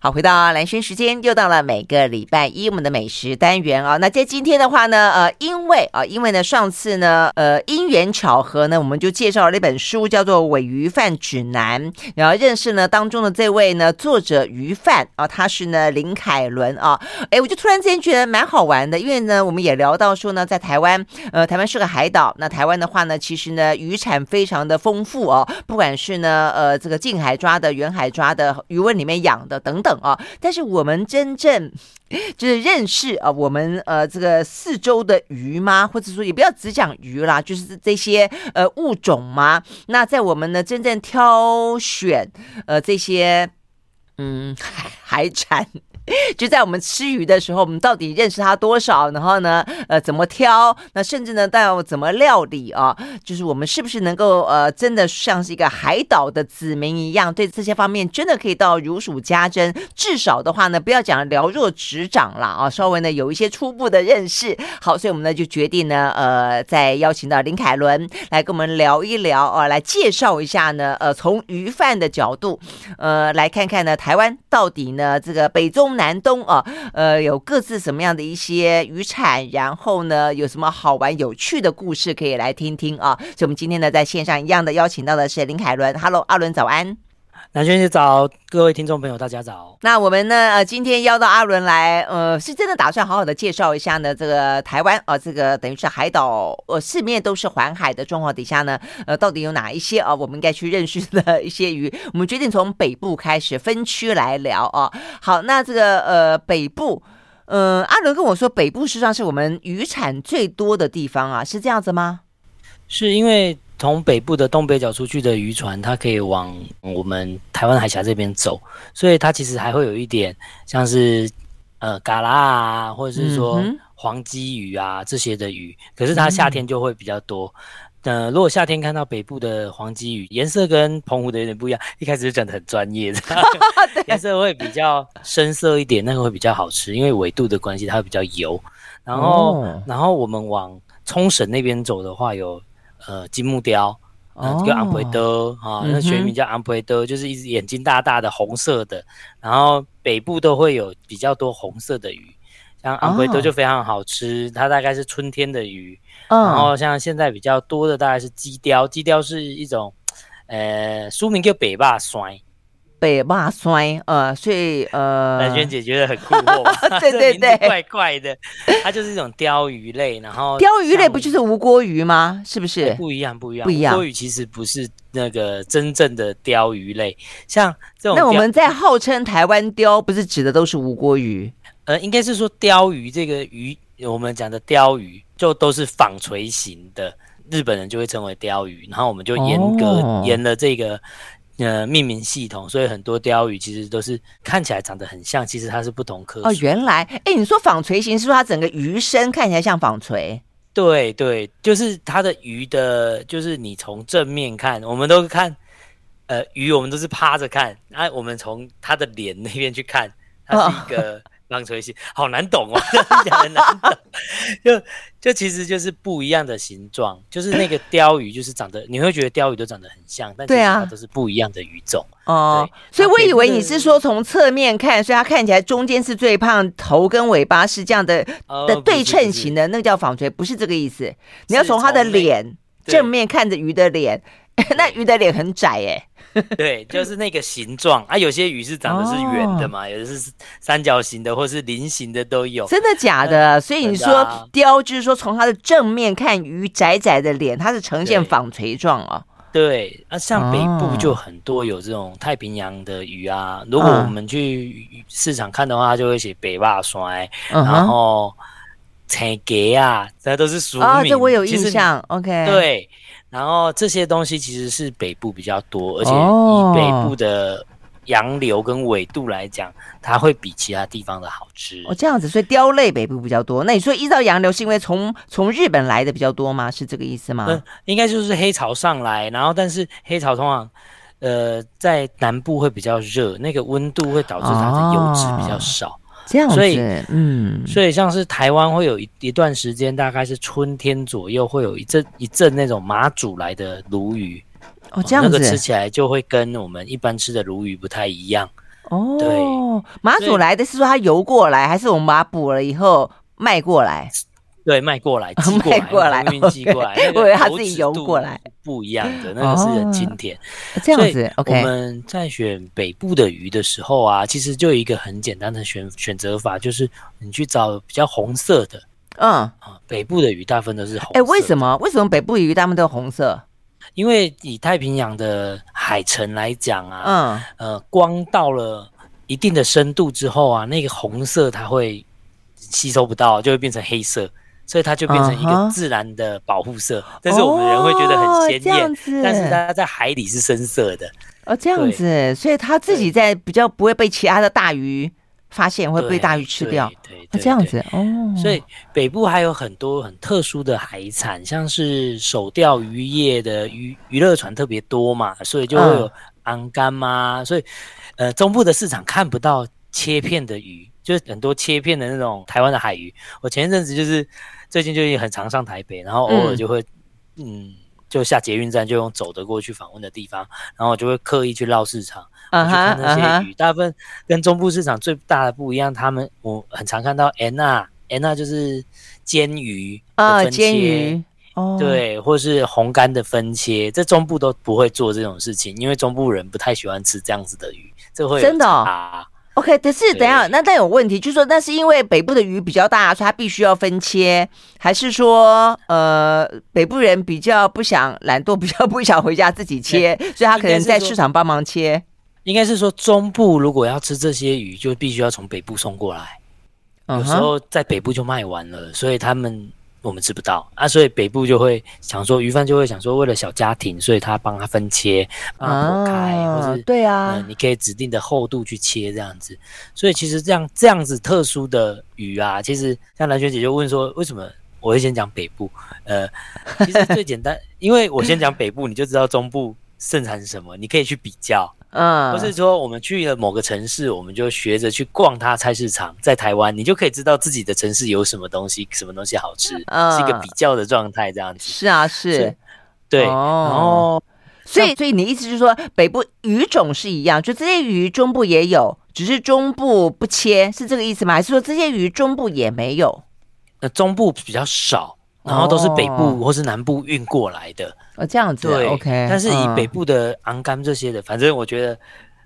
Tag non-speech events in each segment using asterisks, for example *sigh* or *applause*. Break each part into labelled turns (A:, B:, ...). A: 好，回到蓝轩时间，又到了每个礼拜一我们的美食单元啊。那在今天的话呢，呃，因为啊，因为呢上次呢，呃，因缘巧合呢，我们就介绍了一本书，叫做《尾鱼饭指南》，然后认识呢当中的这位呢作者鱼贩啊，他是呢林凯伦啊。哎，我就突然之间觉得蛮好玩的，因为呢我们也聊到说呢，在台湾，呃，台湾是个海岛，那台湾的话呢，其实呢渔产非常的丰富哦，不管是呢呃这个近海抓的、远海抓的、渔温里面养的等等啊，但是我们真正 *laughs* 就是认识啊，我们呃这个四周的鱼吗？或者说也不要只讲鱼啦，就是这些呃物种吗？那在我们呢真正挑选呃这些嗯海海产。就在我们吃鱼的时候，我们到底认识它多少？然后呢，呃，怎么挑？那甚至呢，到怎么料理啊？就是我们是不是能够呃，真的像是一个海岛的子民一样，对这些方面真的可以到如数家珍？至少的话呢，不要讲了若指掌啦啊，稍微呢有一些初步的认识。好，所以我们呢就决定呢，呃，再邀请到林凯伦来跟我们聊一聊啊，来介绍一下呢，呃，从鱼贩的角度，呃，来看看呢，台湾到底呢这个北中南东啊，呃，有各自什么样的一些渔产，然后呢，有什么好玩有趣的故事可以来听听啊。所以我们今天呢，在线上一样的邀请到的是林凯伦，Hello，阿伦早安。
B: 南轩姐早，各位听众朋友大家早。
A: 那我们呢，呃，今天邀到阿伦来，呃，是真的打算好好的介绍一下呢，这个台湾啊、呃，这个等于是海岛，呃，四面都是环海的状况底下呢，呃，到底有哪一些啊、我们应该去认识的一些鱼？我们决定从北部开始分区来聊啊。好，那这个呃北部，呃，阿伦跟我说，北部实际上是我们渔产最多的地方啊，是这样子吗？
B: 是因为从北部的东北角出去的渔船，它可以往我们台湾海峡这边走，所以它其实还会有一点像是呃嘎啦啊，或者是说
A: 嗯哼
B: 黄鲫鱼啊这些的鱼，可是它夏天就会比较多。呃，如果夏天看到北部的黄鲫鱼，颜色跟澎湖的有点不一样。一开始就讲的很专业，这样 *laughs* 颜色会比较深色一点，那个会比较好吃，因为纬度的关系，它会比较油。然后，
A: 哦
B: 然后我们往冲绳那边走的话，有呃金木雕，嗯、叫安培德
A: 哦
B: 啊，
A: 嗯哼
B: 那学名叫安培德，就是一只眼睛大大的红色的。然后北部都会有比较多红色的鱼，像安培
A: 哦
B: 德就非常好吃，它大概是春天的鱼。然
A: 嗯，
B: 后像现在比较多的大概是鸡雕，鸡雕是一种，呃，书名叫北霸酸，
A: 北霸酸，呃，所以呃，，
B: 蓝轩姐觉得很酷惑
A: *laughs* 对对对
B: 这名字怪怪的，它就是一种鲷鱼类，然后
A: 鲷鱼类不
B: 像哎
A: 就是无锅鱼吗？是不是？
B: 不一样不一样
A: 不一样
B: 乌龟鱼其实不是那个真正的鲷鱼类，像这种
A: 那我
B: 鲷
A: 们在号称台湾鲷，不是指的都是无锅鱼？
B: 呃，应该是说鲷鱼这个鱼，我们讲的鲷鱼就都是纺锤型的，日本人就会称为鲷鱼，然后我们就严格、
A: 哦
B: 沿了这个呃命名系统，所以很多鲷鱼其实都是看起来长得很像，其实它是不同科
A: 哦，
B: 属。
A: 原来，哎，你说纺锤形是说它整个鱼身看起来像纺锤？
B: 对对，就是它的鱼的，就是你从正面看，我们都看，呃，鱼我们都是趴着看，那、我们从它的脸那边去看，它是一
A: 哦 *laughs*
B: 个浪垂形，好难懂哦， *laughs* 真的讲得很难懂。就就其实就是不一样的形状，就是那个鲷鱼，就是长得你会觉得鲷鱼都长得很像，但其
A: 对
B: 实
A: 啊
B: 它都是不一样的鱼种。
A: 哦，所
B: 对
A: 以我
B: 它
A: 以为你
B: 变
A: 是说从侧面看，所以它看起来中间是最胖，头跟尾巴是这样的
B: 呃
A: 的
B: 不
A: 对
B: 是不
A: 称
B: 是
A: 型的，那个叫纺锤，不是这个意思。你要
B: 是
A: 从它的
B: 从内
A: 脸
B: 对
A: 正面看着鱼的脸， *laughs* 那鱼的脸很窄哎。
B: 对，就是那个形状啊，有些鱼是长得是圆的嘛，
A: 哦
B: 有的是三角形的，或是菱形的都有。
A: 真的假的？所以你
B: 真的啊
A: 说雕就是说从它的正面看鱼窄窄的脸，它是呈现
B: 对
A: 纺锤状哦。
B: 对，啊，像北
A: 哦
B: 部就很多有这种太平洋的鱼啊。如果
A: 嗯
B: 我们去市场看的话，它就会写北霸衰，
A: 嗯哼，
B: 然后青蛤啊，这都是俗名。
A: 啊，这我有
B: 其
A: 印
B: 实你。
A: 象。OK，，欸
B: 对，然后这些东西其实是北部比较多，而且
A: 哦
B: 以北部的洋流跟纬度来讲，它会比其他地方的好吃。
A: 哦这样子，所以雕类北部比较多。那你说依照洋流是因为从从日本来的比较多吗？是这个意思
B: 嗯
A: 吗？，
B: 应该就是黑潮上来，然后但是黑潮通常，呃，在南部会比较热，那个温度会导致它的油脂比较少，
A: 这样
B: 所以
A: 子，哦嗯，
B: 所以像是台湾会有一一段时间，大概是春天左右，会有一阵一阵那种马祖来的鲈鱼，
A: 哦，这样
B: 那个吃
A: 子，
B: 起来就会跟我们一般吃的鲈鱼不太一样，
A: 哦，马祖来的是说它游过来，还是我们把它捕了以后卖过来？
B: 对，卖过来，寄过
A: *laughs*
B: 来，
A: 卖过来
B: 空运寄过来
A: OK，，
B: 那
A: *laughs*
B: 个
A: 我以为它
B: 油
A: 自己
B: 脂
A: 游
B: 度
A: 过来哦
B: 是不一样的，那个是很经典。
A: 这样
B: 所以
A: 子
B: 我
A: ，OK，
B: 们在选北部的鱼的时候啊，其实就有一个很简单的选选择法，就是你去找比较红色的
A: 嗯，
B: 啊，北部的鱼大部分都是红色。
A: 哎，为什
B: 么？
A: 么为什么北部鱼它们都红色？
B: 因为以太平洋的海沉来讲啊，
A: 嗯，
B: 呃，光到了一定的深度之后啊，那个红色它会吸收不到，就会变成黑色。所以它就变成一
A: 啊哈
B: 个自然的保护色但是我们人会觉得很鲜艳
A: 哦这样子
B: 但是它在海里是深色的。
A: 哦，这样
B: 对
A: 子，所以它自己在比较不会被其他的大鱼发现，会被
B: 对
A: 大鱼吃掉。
B: 对对
A: 哦，
B: 对
A: 这样
B: 对
A: 子哦，
B: 所以北部还有很多很特殊的海产，像是手钓渔业的娱娱乐船特别多嘛，所以就会有昂干嘛，所以呃中部的市场看不到切片的鱼，就是很多切片的那种台湾的海鱼。我前一阵子就是最近就也很常上台北，然后偶尔就会嗯就下捷运站就用走的过去访问的地方，然后我就会刻意去绕市场。我
A: 啊
B: 去
A: 哈
B: 看
A: 啊
B: 那些
A: 哈
B: 鱼，大部分跟中部市场最大的不一样，他们我很常看到 Anna Anna 就是煎鱼的
A: 啊，
B: 分切
A: 煎鱼，哦，，
B: 对，或是红干的分切，在中部都不会做这种事情，因为中部人不太喜欢吃这样子的鱼，这会有
A: 真的哦
B: 差
A: OK，可是
B: 对
A: 等一下，那但有问题，就是说那是因为北部的鱼比较大，所以它必须要分切，还是说呃北部人比较不想懒惰，比较不想回家自己切，所以他可能在市场帮忙切。
B: 应该是说中部如果要吃这些鱼，就必须要从北部送过来，有
A: 嗯
B: 时
A: 哼，
B: 候在北部就卖完了，所以他们。我们吃不到啊，所以北部就会想说，鱼贩就会想说，为了小家庭，所以他帮他分切，帮他剖啊开，或是
A: 啊对
B: 嗯，
A: 啊，
B: 你可以指定的厚度去切这样子。所以其实这样这样子特殊的鱼啊，其实像蓝轩姐就问说，为什么我会先讲北部？呃，其实最简单，因为我先讲北部，你就知道中部盛产什么，你可以去比较。
A: 嗯，
B: 或是说，我们去了某个城市，我们就学着去逛它菜市场，在台湾，你就可以知道自己的城市有什么东西，什么东西好吃，
A: 嗯
B: 是一个比较的状态这样子。
A: 是啊是
B: 是，对，然
A: 哦，
B: 后
A: 所以所以你意思是说北部鱼种是一样，就这些鱼中部也有，只是中部不切，是这个意思吗？还是说这些鱼中部也没有？
B: 呃，中部比较少，然后都是北
A: 哦
B: 部或是南部运过来的。
A: 哦，这样子
B: 对
A: ，OK，
B: 但是以
A: 嗯
B: 北部的昂甘这些的，反正我觉得，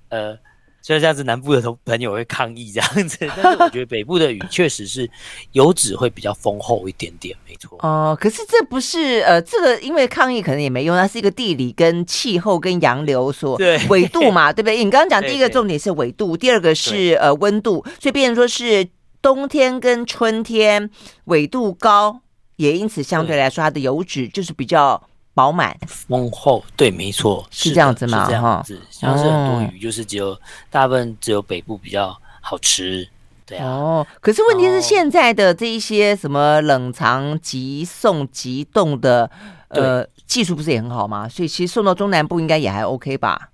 B: 呃，虽然这样子南部的同朋友会抗议这样子，但是我觉得北部的雨确实是油脂会比较丰厚一点点，没错。
A: 哦，可是这不是呃，这个因为抗议可能也没用，它是一个地理跟气候跟洋流所
B: 对
A: *laughs* 纬度嘛，对不对？你刚刚讲
B: 对
A: 第一个
B: 对
A: 重点是纬度，第二个是呃温度，所以变成说是冬天跟春天纬度高，也因此相对来说它的油脂就是比较饱满。
B: 丰厚，对，没错，
A: 是
B: 的
A: 这样子嘛
B: 是这
A: 哈
B: 样子，像是很多
A: 哦
B: 鱼就是只有、大部分只有北部比较好吃，对啊。
A: 哦，可是问题是
B: 哦
A: 现在的这一些什么冷藏、急送、急冻的呃技术不是也很好吗？所以其实送到中南部应该也还 OK 吧？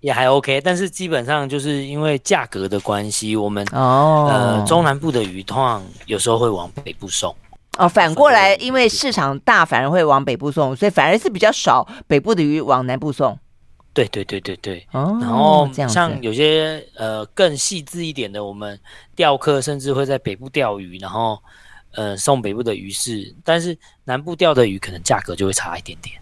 B: 也还 OK，但是基本上就是因为价格的关系，我们、
A: 哦，
B: 呃中南部的鱼通常有时候会往北部送，
A: 哦，反过来，
B: 反过来
A: 因为市场大，反而会往北部送，所以反而是比较少北部的鱼往南部送。
B: 对对对对对，
A: 哦，
B: 然后
A: 这样
B: 像
A: 子，
B: 有些呃更细致一点的，我们钓客甚至会在北部钓鱼，然后呃送北部的鱼市，但是南部钓的鱼可能价格就会差一点点，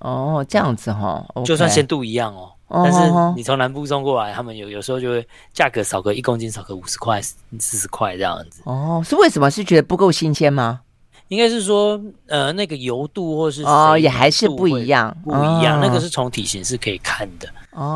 A: 哦，这样子哈，
B: 就算
A: OK
B: 鲜度一样哦，
A: 哦
B: 但
A: 吼吼
B: 是你从南部送过来，他们有有时候就会价格少个一公斤少个五十块四十块这样子，
A: 哦，是为什么？是觉得不够新鲜吗？
B: 应该是说呃那个油度或是
A: 哦
B: 肥
A: 也还是
B: 度
A: 不一
B: 会
A: 样
B: 不一样，
A: 哦
B: 那个是从体型是可以看的，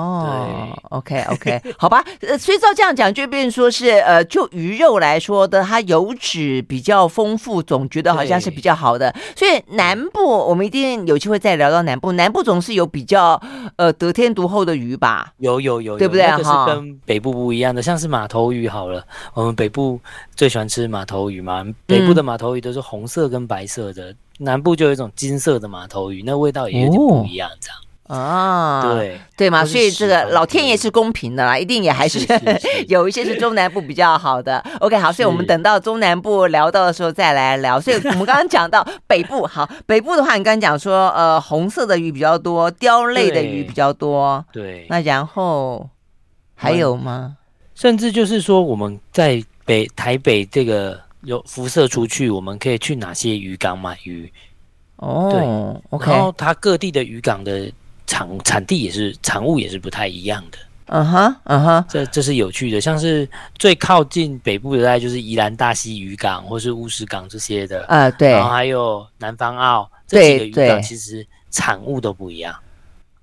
A: 哦，OK OK，好 *laughs* 吧，呃，所以照这样讲，就变成说是呃，就鱼肉来说的，它油脂比较丰富，总觉得好像是
B: 对
A: 比较好的。所以南部我们一定有机会再聊到南部，南部总是有比较呃得天独厚的鱼吧？
B: 有有有，
A: 对
B: 有
A: 不对
B: 那个
A: 哈
B: 是跟北部不一样的，像是马头鱼好了，我们北部最喜欢吃马头鱼嘛，
A: 嗯
B: 北部的马头鱼都是红色跟白色的，南部就有一种金色的马头鱼，那味道也有点不一样，这样、
A: 哦啊，。
B: 对，
A: 对嘛？
B: 都是
A: 所以这
B: 食
A: 个
B: 堂
A: 老
B: 的
A: 天爷是公平的啦，一定也还是
B: 是是是
A: *laughs* 有一些是中南部比较好的。OK，好，所以我们
B: 是
A: 等到中南部聊到的时候再来聊。
B: *laughs*
A: 所以我们刚刚讲到北部，好，北部的话，你刚刚讲说，呃，红色的鱼比较多，鲷类的鱼
B: 对
A: 比较多，
B: 对，
A: 那然后还有吗？
B: 甚至就是说我们在北台北这个有辐射出去，我们可以去哪些渔港买鱼？
A: 哦
B: 然后
A: ，OK，
B: 它各地的渔港的产产地也是产物也是不太一样的，
A: 嗯哼，嗯哼，
B: 这这是有趣的。像是最靠近北部的，大概就是宜兰大溪渔港或是乌石港这些的，
A: 啊，对
B: 然，后还有南方澳这
A: 对
B: 几个渔港，
A: 对
B: 其实产物都不一样。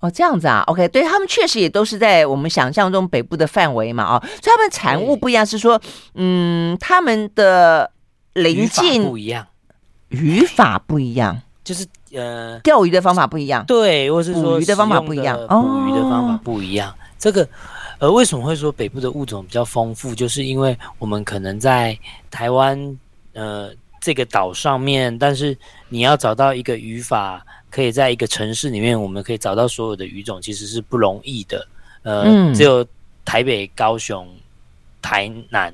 A: 哦，这样子啊，OK，对他们确实也都是在我们想象中北部的范围嘛，哦，所以他们产物
B: 对
A: 不一样，是说，嗯，他们的
B: 渔
A: 临
B: 法
A: 近
B: 不一样，
A: 语法不一样，
B: 就是呃，
A: 钓鱼的方法不一样，
B: 对，或是说
A: 捕鱼的方法不一样
B: 使用的捕鱼的方法
A: 哦
B: 不一样。这个呃，为什么会说北部的物种比较丰富？就是因为我们可能在台湾呃这个岛上面，但是你要找到一个语法，可以在一个城市里面，我们可以找到所有的语种，其实是不容易的。呃，
A: 嗯
B: 只有台北、高雄、台南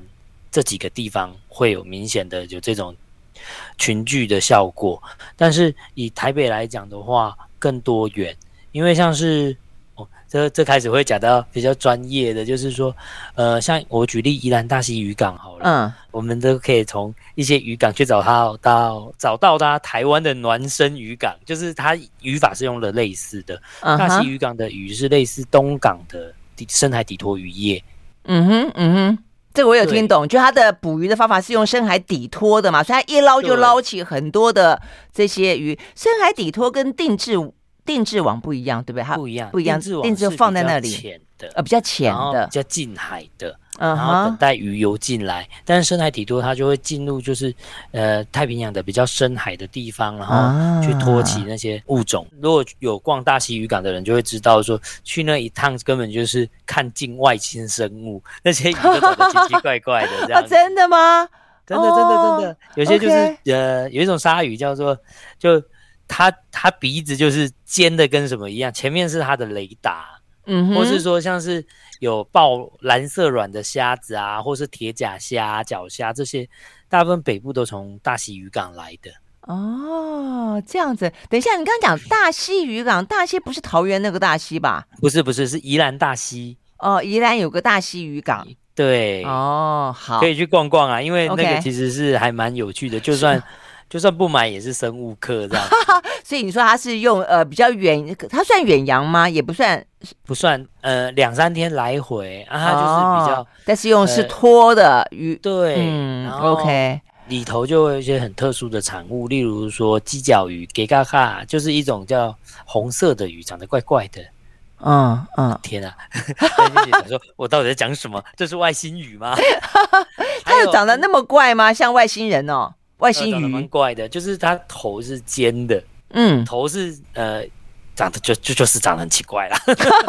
B: 这几个地方会有明显的有这种群聚的效果。但是以台北来讲的话，更多元，因为像是哦，这这开始会讲到比较专业的，就是说，呃，像我举例宜兰大溪渔港好了，
A: 嗯，
B: 我们都可以从一些渔港去找它到找到它台湾的孪生渔港，就是它语法是用了类似的，
A: 嗯
B: 大溪
A: 哼，
B: 渔港的鱼是类似东港的底深海底拖渔业，
A: 嗯哼，嗯哼。这个我有
B: 对
A: 听懂，就它的捕鱼的方法是用深海底拖的嘛，所以它一捞就
B: 对
A: 捞起很多的这些鱼。深海底拖跟定制定制网不一样，对不对？它
B: 不一样，
A: 不一样
B: 定制
A: 定
B: 网
A: 制
B: 是比
A: 放在
B: 较
A: 那里
B: 浅的，
A: 呃比较浅
B: 然后
A: 的
B: 比，较近海的，
A: 嗯
B: 然后等
A: 哼，
B: 待鱼游进来。但是深海底拖它就会进入就是呃太平洋的比较深海的地方，然
A: 啊
B: 后去托起那些物种。如果有逛大溪渔港的人就会知道说，去那一趟根本就是看境外新生物， *laughs* 那些鱼都长得奇奇怪怪的
A: *laughs*
B: 这
A: 啊，
B: 样子。
A: 真的吗？
B: 真的，真的，真的
A: 哦，
B: 有些就是
A: OK
B: 呃，有一种鲨鱼叫做，就它它鼻子就是尖的，跟什么一样，前面是它的雷达，
A: 嗯哼，
B: 或是说像是有抱蓝色卵的虾子啊，或是铁甲虾、脚虾这些，大部分北部都从大溪渔港来的。
A: 哦，这样子。等一下，你刚刚讲大溪渔港，大溪不是桃园那个大溪吧？
B: 不是不是，是宜兰大溪，
A: 哦，宜兰有个大溪渔港。
B: 对，
A: 哦，好
B: 可，以去逛逛啊，因为那
A: OK
B: 个其实是还蛮有趣的，就算 *laughs* 就算不买也是生物课这
A: *laughs*
B: 样，
A: 所以你说它是用呃比较远，它算远洋吗？也不算，
B: 不算呃两三天来回啊，它就是比较。
A: 哦但是用是
B: 呃
A: 拖的鱼。
B: 对，
A: 嗯
B: 然后
A: ，OK，
B: 里头就会有一些很特殊的产物，例如说鸡脚鱼、给嘎嘎，就是一种叫红色的鱼，长得怪怪的。
A: 嗯嗯，
B: 天啊！ *laughs* 但是你想说，我到底在讲什
A: *laughs*
B: 么？这是外星语吗？嗯
A: 它有长得那
B: 么
A: 么怪吗？像外星人哦，外星
B: 呃蛮
A: 鱼。
B: 怪的，就是它头是尖的，
A: 嗯，
B: 头是呃。长得就就就是长得很奇怪啦，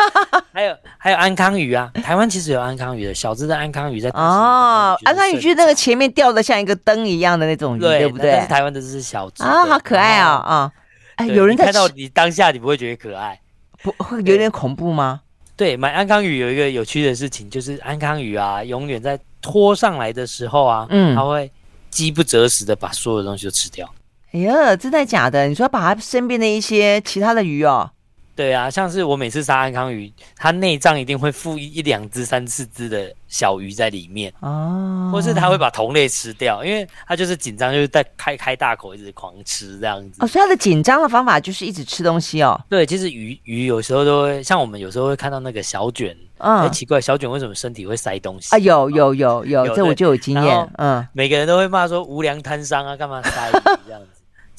B: *laughs* 还有还有安康鱼啊，台湾其实有安康鱼的，小只的安康鱼在
A: 哦，安康鱼
B: 居
A: 就是那个前面吊的像一个灯一样的那种鱼，
B: 对，
A: 对不
B: 那
A: 对
B: 但是？台湾的这是小只的
A: 啊，好可爱哦，
B: 然后
A: 啊！哎，
B: 对
A: 有人
B: 你
A: 在
B: 看到
A: 吃
B: 你当下，你不会觉得可爱。
A: 不会有点恐怖吗？
B: 对，买安康鱼有一个有趣的事情，就是安康鱼啊，永远在拖上来的时候啊，
A: 嗯
B: 它会饥不择食的把所有的东西都吃掉。
A: 哎呀，真的假的？你说把它身边的一些其他的鱼哦，
B: 对啊，像是我每次杀安康鱼，它内脏一定会附一一两只、三四只的小鱼在里面，
A: 哦，
B: 或是它会把同类吃掉，因为它就是紧张，就是在开开大口一直狂吃这样子。
A: 哦，所以它的紧张的方法就是一直吃东西哦，
B: 对，其实鱼鱼有时候都会，像我们有时候会看到那个小卷，哎、
A: 嗯，
B: 奇怪，小卷为什么身体会塞东西？
A: 啊，有有有有，
B: 有
A: 这我
B: 对
A: 就有经
B: 然
A: 验
B: 后，
A: 嗯，
B: 每个人都会骂说无良摊商啊，干嘛
A: *laughs*
B: 塞鱼这样子。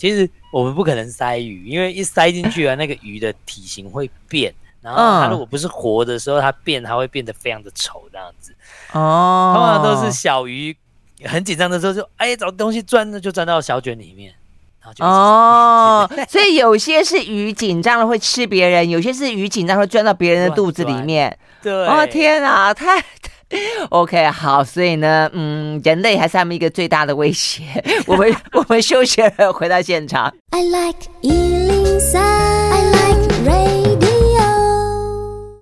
B: 其实我们不可能塞鱼，因为一塞进去啊，那个鱼的体型会变，然后它
A: 嗯
B: 如果不是活的时候，它变它会变得非常的丑这样子。
A: 哦，
B: 通常都是小鱼很紧张的时候就哎找东西钻，那就钻到小卷里面，然后就一直
A: 哦，所以有些是鱼紧张了会吃别人，有些是鱼紧张会钻到别人的肚子里面，
B: 对，
A: 哦天啊，太 OK 好，所以呢，嗯，人类还是他们一个最大的威胁。 *laughs* 我们我们休息了，回到现场。
C: I like Ealing Sound. I like radio.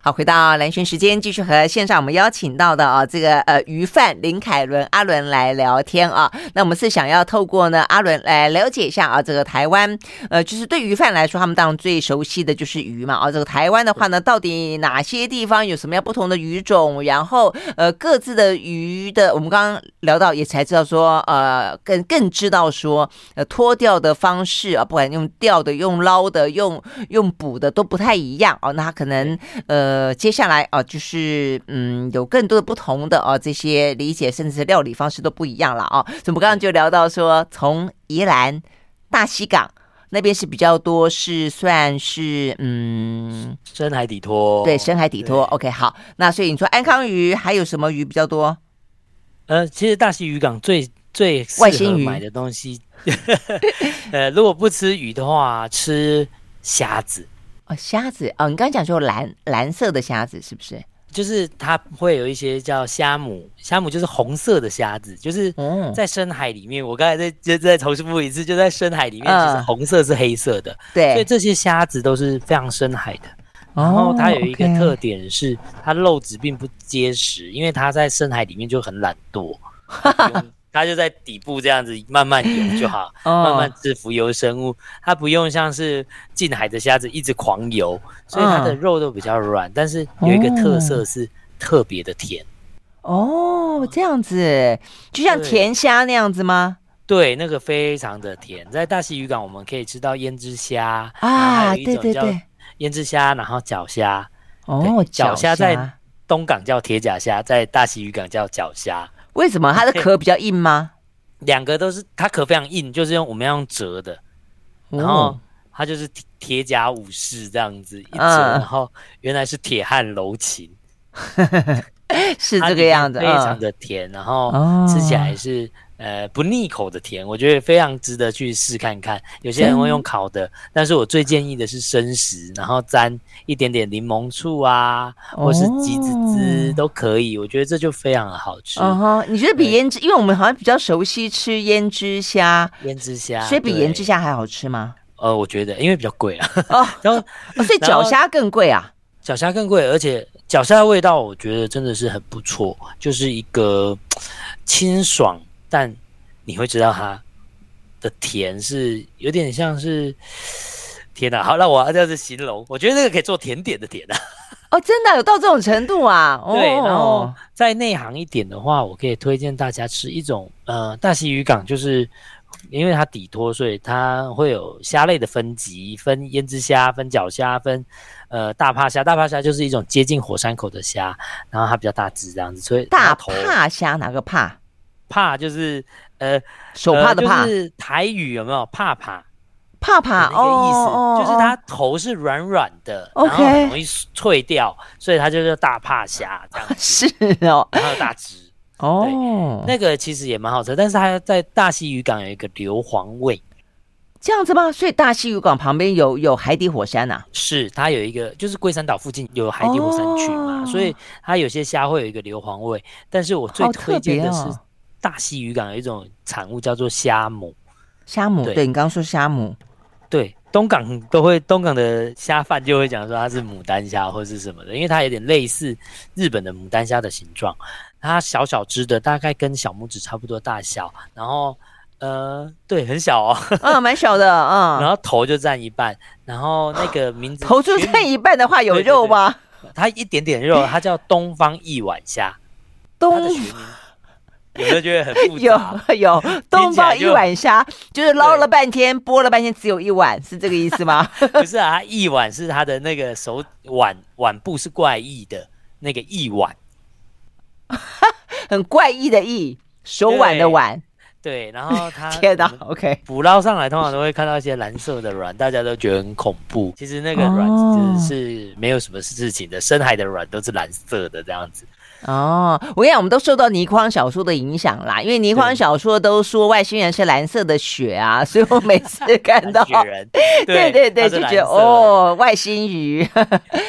A: 好，回到蓝轩时间，继续和线上我们邀请到的啊，这个呃鱼贩林凯伦阿伦来聊天啊。那我们是想要透过呢阿伦来了解一下啊，这个台湾呃，就是对鱼贩来说，他们当然最熟悉的就是鱼嘛啊。这个台湾的话呢，到底哪些地方有什么样不同的鱼种？然后呃，各自的鱼的，我们刚刚聊到也才知道说呃，更更知道说呃脱钓的方式啊，不管用钓的、用捞的、用用捕的都不太一样哦、啊。那它可能呃。呃，接下来啊，就是嗯，有更多的不同的啊，这些理解甚至料理方式都不一样了啊。所以我们刚刚就聊到说，从宜兰大溪港那边是比较多，是算是嗯，
B: 深海底拖，
A: 对，深海底拖。OK，好，那所以你说安康鱼还有什么鱼比较多？
B: 呃，其实大溪渔港最最适
A: 外星
B: 合
A: 鱼
B: 买的东西， *laughs*
A: *laughs*
B: 呃，如果不吃鱼的话，吃虾子，
A: 哦，虾子哦，你刚刚讲说蓝蓝色的虾子是不是？
B: 就是它会有一些叫虾母，虾母就是红色的虾子，就是
A: 嗯，
B: 在深海里面，我刚才再再再重复一次，就在深海里面，
A: 嗯
B: 其实红色是黑色的，所以
A: 对，
B: 这些虾子都是非常深海的。然后它有一个
A: 哦
B: 特
A: ，OK
B: 点是，它肉质并不结实，因为它在深海里面就很懒惰，它不用它就在底部这样子慢慢游
A: *laughs*
B: 就好，
A: 哦
B: 慢慢吃浮游生物。它不用像是近海的虾子一直狂游，所以它的
A: 嗯
B: 肉都比较软，但是有一个特色是特别的甜。
A: 哦，这样子，就像
B: 对
A: 甜虾那样子吗？
B: 对，那个非常的甜，在大溪渔港我们可以吃到胭脂虾
A: 啊，对对，对，
B: 然后还有一种叫胭脂虾，然后脚虾，
A: 哦，
B: 脚
A: 虾
B: 虾在东港叫铁甲虾，在大溪渔港叫脚虾，
A: 为什么它的壳比较硬吗？
B: 两个都是它壳非常硬，就是用我们要用折的， *laughs* 然后
A: 哦，
B: 它就是铁铁甲武士这样子一折，
A: 嗯
B: 然后原来是铁汉柔情，
A: 是
B: 它
A: 这
B: 里
A: 个
B: 面
A: 样子，
B: 非常
A: 嗯，
B: 的甜，然后
A: 哦
B: 吃起来是。呃，不腻口的甜，我觉得非常值得去试看看。有些人会用烤的，但是我最建议的是生食，然后沾一点点柠檬醋啊，或是橘子汁
A: 哦
B: 都可以。我觉得这就非常的好吃。
A: 嗯哼，你觉得比胭脂，因为我们好像比较熟悉吃胭脂虾，
B: 胭脂虾，
A: 所以比
B: 啊对
A: 胭脂，虾还好吃吗？
B: 呃，我觉得因为比较贵啊，
A: 哦，
B: 然后
A: 哦所以
B: 然
A: 脚
B: 后
A: 虾更贵啊。
B: 脚虾更贵，而且脚虾的味道我觉得真的是很不错，就是一个清爽，但你会知道它的甜是有点像是。天哪、好，那我要这样子形容，我觉得这个可以做甜点的甜啊。
A: 哦，真的有到这种程度啊？哦
B: 对，然后在内行一点的话，我可以推荐大家吃一种呃大溪渔港，就是因为它底托，所以它会有虾类的分级，分胭脂虾、分脚虾、分呃大帕虾。大帕虾就是一种接近火山口的虾，然后它比较大只这样子，所以
A: 大
B: 它头
A: 帕虾哪个帕？
B: 帕就是呃
A: 手帕的
B: 呃
A: 帕
B: 就，是台语有没有帕帕？
A: 帕帕
B: 的那个意思，
A: 哦，
B: 就是
A: 它
B: 它头是软软的，
A: OK
B: 然后很容易脆掉，所以它就叫大帕虾这样
A: *laughs*
B: 子，
A: 是哦，
B: 然后大只。
A: 哦，
B: 那个其实也蛮好吃，但是它在大溪渔港有一个硫磺味，
A: 这样子吗？所以大溪渔港旁边有有海底火山啊呐。
B: 是它有一个就是龟山岛附近有海底火山群嘛，
A: 哦
B: 所以它有些虾会有一个硫磺味。但是我最
A: 好特
B: 推荐
A: 别
B: 的
A: 哦
B: 是大溪渔港有一种产物叫做虾母，
A: 虾母，
B: 对
A: 对你刚刚说虾母，
B: *laughs* 对，东港都会东港的虾贩就会讲说它是牡丹虾或是什么的，因为它有点类似日本的牡丹虾的形状，它小小只的，大概跟小拇指差不多大小，然后呃，对，很小哦。
A: 嗯，蛮小的，
B: 然
A: 嗯，
B: 后头就占一半，然后那个名字
A: 啊头就
B: 全
A: 占一半的话，有
B: 对对
A: 肉吗？
B: 名它一点点肉，啊它叫东方一碗虾，它的
A: 东
B: 学名有没有觉得很复
A: 有 *laughs*
B: 杂？
A: 有东
B: 起来
A: 方一
B: 就
A: 碗虾，就是捞了半天，剥了半天，只有一碗，是这个意思
B: *laughs*
A: 吗？
B: 不是啊，它一碗是它的那个手腕腕部是怪异的那个一碗，
A: 很怪异的异，手腕的腕，
B: 对，啊然后它
A: *laughs* 天
B: 我
A: 哪
B: 们
A: ，OK，
B: 捕捞上来通常都会看到一些蓝色的卵，大家都觉得很恐怖。其实那个卵
A: 哦
B: 其实是没有什么事情的，深海的卵都是蓝色的这样子。
A: 哦，我跟你讲，我们都受到倪匡小说的影响啦，因为倪匡
B: 对
A: 小说都说外星人是蓝色的血啊，所以我每次看到
B: 蓝，雪人，
A: *laughs* 对对对，
B: 它是
A: 就
B: 蓝
A: 觉得
B: 色的，
A: 哦，外星鱼，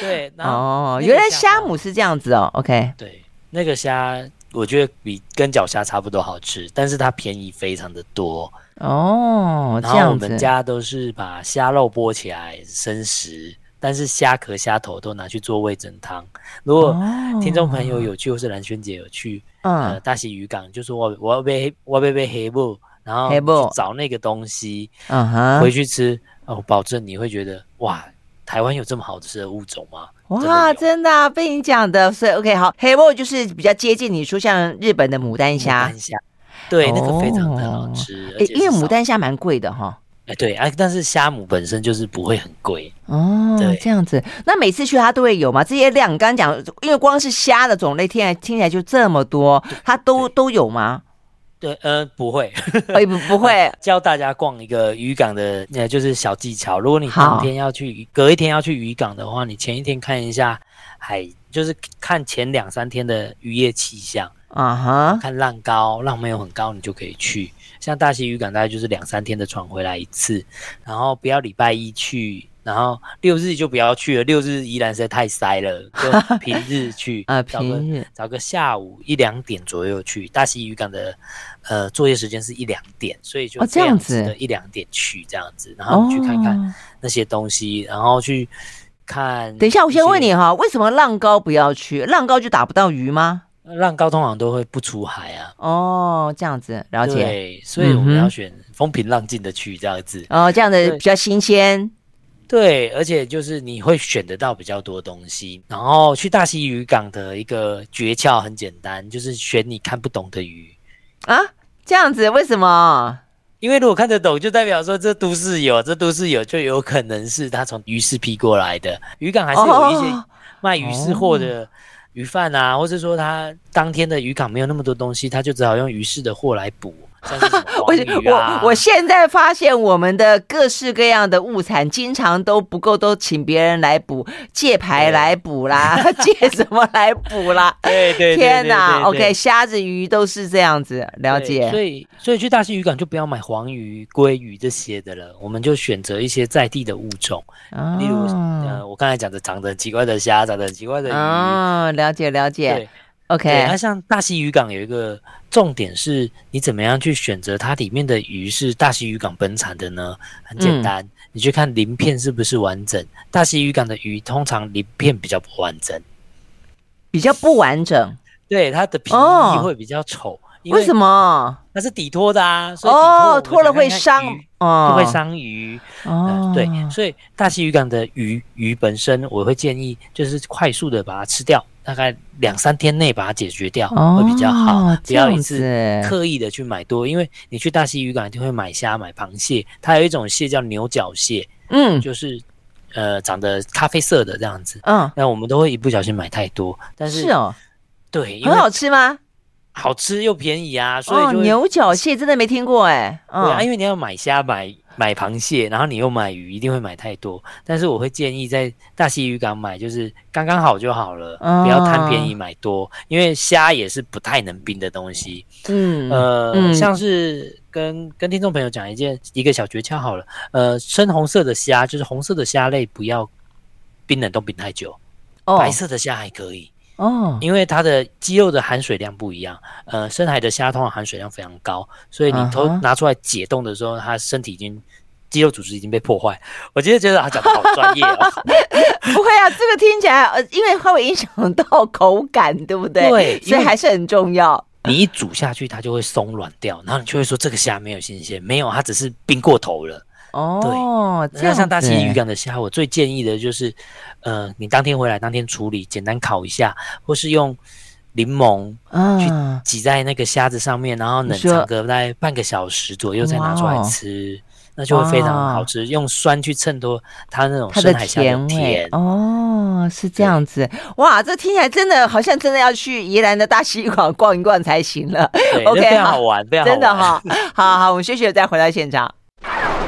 B: 对，然后
A: 哦，
B: 那个
A: 原来
B: 像
A: 虾
B: 哦
A: 母是这样子哦，OK，
B: 对，那个虾我觉得比跟脚虾差不多好吃，但是它便宜非常的多。
A: 哦，
B: 然
A: 这
B: 后我
A: 样子
B: 们，家都是把虾肉剥起来生食，但是虾壳、虾头都拿去做味噌汤。如果
A: 哦
B: 听众朋友有去，或是蓝轩姐有去，呃，
A: 嗯，
B: 大溪渔港，就说我我要被我要被被黑布，然后
A: 黑布
B: 去找那个东西
A: 嗯哼
B: 回，去吃，哦，我保证你会觉得哇，台湾有这么好吃的物种吗？
A: 哇，
B: 真的有
A: 真的啊，被你讲的，所以 OK 好，黑墨就是比较接近你说像日本的牡丹虾
B: 牡，丹虾，对，那个非常的
A: 哦
B: 好吃，而
A: 诶
B: 且
A: 因为
B: 是
A: 牡
B: 少
A: 丹虾蛮贵的哈。
B: 哎对啊，但是虾母本身就是不会很贵，
A: 哦
B: 对，
A: 这样子，那每次去它都会有嘛？这些量，刚刚讲，因为光是虾的种类，听起来听起来就这么多，它都都有
B: *laughs*
A: 吗？
B: 对，呃，不会。 *laughs*
A: 哎，不不会，
B: 教大家逛一个渔港的，呃，就是小技巧。如果你
A: 好
B: 当天要去，隔一天要去渔港的话，你前一天看一下海，就是看前两三天的渔业气象，
A: 啊哈，
B: 看浪高，浪没有很高，你就可以去。像大溪渔港，大概就是两三天的船回来一次，然后不要礼拜一去，然后六日就不要去了，六日宜兰实在太塞了，
A: *laughs*
B: 就平日去，
A: 啊，
B: 找个
A: 平日
B: 找个下午一两点左右去。大溪渔港的呃作业时间是一两点，所以就
A: 哦这样子
B: 非常值得一两点去这样子，然后你去看看
A: 哦
B: 那些东西，然后去看。
A: 等一下，我先问，你哈，为什么浪高不要去？浪高就打不到鱼吗？
B: 呃浪高通常都会不出海啊，
A: 哦，这样子了解。
B: 对，所以我们
A: 嗯哼
B: 要选风平浪静的去这样子。
A: 哦，这样子
B: 对
A: 比较新鲜。
B: 对，而且就是你会选得到比较多东西。然后去大溪渔港的一个诀窍很简单，就是选你看不懂的鱼。
A: 啊，这样子为什么？
B: 因为如果看得懂，就代表说这都市有，这都市有就有可能是他从鱼市批过来的。渔港还是有一些
A: 哦
B: 卖鱼市货的鱼贩啊，或者说他当天的渔港没有那么多东西，他就只好用鱼市的货来补，像是什么
A: *laughs* 我
B: 黄鱼啊
A: 我。我现在发现我们的各式各样的物产经常都不够，都请别人来补，借牌
B: 对
A: 来补啦， *laughs* 借什么来补啦？
B: 对 *laughs* 对对
A: 天
B: 哪
A: 哪！OK，虾子鱼都是这样子，了
B: 所
A: 解。
B: 以所以去大溪渔港就不要买黄鱼、鲑鱼这些的了，我们就选择一些在地的物种，例如、
A: 哦，
B: 呃我刚才讲的长得很奇怪的虾，长得很奇怪的鱼，
A: 哦，了解了
B: 对
A: 解。。
B: 对，它
A: OK，
B: 像大溪渔港有一个重点是，你怎么样去选择它里面的鱼是大溪渔港本产的呢？
A: 嗯
B: 很简单，你去看鳞片是不是完整。大溪渔港的鱼通常鳞片比较不完整，
A: 比较不完整，
B: 对，它的皮
A: 哦
B: 翼会比较丑，因
A: 为什
B: 么？
A: 么？
B: 它是底拖的啊，所以底拖我
A: 哦，
B: 们
A: 脱了
B: 想
A: 会伤
B: 看看鱼，
A: 哦
B: 就会伤鱼。
A: 哦
B: 嗯，对，所以大溪渔港的鱼鱼本身，我会建议就是快速的把它吃掉，大概两三天内把它解决掉、
A: 哦，
B: 会比较好，不
A: 这
B: 要
A: 样
B: 一次
A: 子，
B: 刻意的去买多，因为你去大溪渔港一定会买虾、买螃蟹，它有一种蟹叫牛角蟹，
A: 嗯
B: 就是呃长得咖啡色的这样子。
A: 嗯，
B: 那我们都会一不小心买太多，但是
A: 是哦，
B: 对，因
A: 很
B: 为
A: 好吃吗？
B: 好吃又便宜啊，所
A: 哦
B: 以，就会、
A: 牛角蟹真的没听过哎、
B: 对啊，
A: 嗯，
B: 因为你要买虾、买买螃蟹，然后你又买鱼，一定会买太多。但是我会建议在大溪渔港买，就是刚刚好就好了，
A: 哦
B: 不要贪便宜买多，因为虾也是不太能冰的东西。
A: 嗯，
B: 呃，
A: 嗯
B: 像是跟跟听众朋友讲一件一个小诀窍好了，呃，深红色的虾就是红色的虾类不要冰冷冻冰太久，
A: 哦
B: 白色的虾还可以，
A: 哦，
B: 因为它的肌肉的含水量不一样，呃，深海的虾通常含水量非常高，所以你
A: 嗯
B: 偷
A: 哼
B: 拿出来解冻的时候，它身体已经。肌肉组织已经被破坏，我今天觉得他讲的好专业哦。 *laughs*
A: 不会啊，这个听起来呃，因为它会影响到口感，对不对？
B: 对
A: 所
B: 因
A: 以
B: 为
A: 还是很重要。
B: 你一煮下去，它就会松软掉，然后你就会说这个虾没有新鲜，没有，它只是冰过头了。
A: 哦，这
B: 那
A: 样
B: 像大
A: 子
B: 溪渔港的虾，我最建议的就是，呃，你当天回来当天处理，简单烤一下，或是用柠檬
A: 啊，
B: 挤在那个虾子上面，然后冷
A: 你说
B: 藏个大概半个小时左右再拿出来
A: 哇哦
B: 吃，那就会非常好吃。用酸去衬托它那种
A: 它的
B: 哦深海虾
A: 甜
B: 的
A: 味
B: 甜。
A: 哦，是这样子哇，这听起来真的好像真的要去宜兰的大溪港逛一逛才行了，
B: 对，
A: 哦 OK，
B: 那非常
A: 好
B: 好玩，非常好玩。
A: 真的哈、好好，我们休息了再回到现场。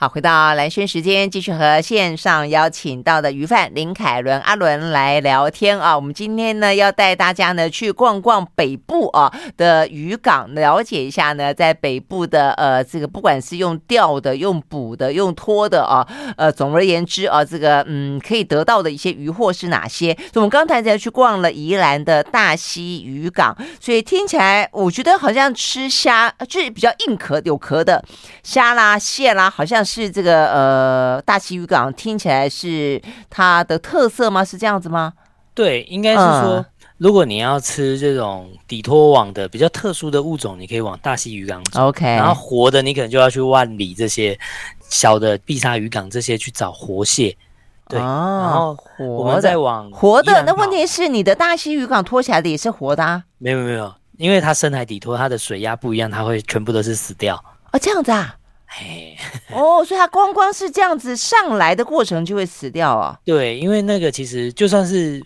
A: 好，回到蓝轩时间，继续和线上邀请到的鱼贩林凯伦、阿伦来聊天啊。我们今天呢要带大家呢去逛逛北部啊的渔港，了解一下呢在北部的呃这个不管是用钓的、用捕的、用拖的啊，呃，总而言之啊，这个嗯可以得到的一些渔获是哪些？所以我们刚才才去逛了宜兰的大溪渔港，所以听起来我觉得好像吃虾呃就是比较硬壳有壳的虾啦、蟹啦，好像是这个呃大溪渔港听起来是它的特色吗？是这样子吗？
B: 对，应该是说，
A: 嗯
B: 如果你要吃这种底拖网的比较特殊的物种，你可以往大溪渔港走。
A: OK，
B: 然后活的，你可能就要去万里这些小的碧沙渔港这些去找活蟹。对，然
A: 哦，
B: 后我
A: 活
B: 们再
A: 的
B: 往
A: 活
B: 宜
A: 的，
B: 兰
A: 那问
B: 跑
A: 题是你的大溪渔港拖起来的也是活的啊？
B: 没有没有没有，因为它深海底拖，它的水压不一样，它会全部都是死掉。
A: 哦，这样子啊？
B: 哎，
A: 哦，所以它光光是这样子上来的过程就会死掉啊、
B: 对，因为那个其实就算是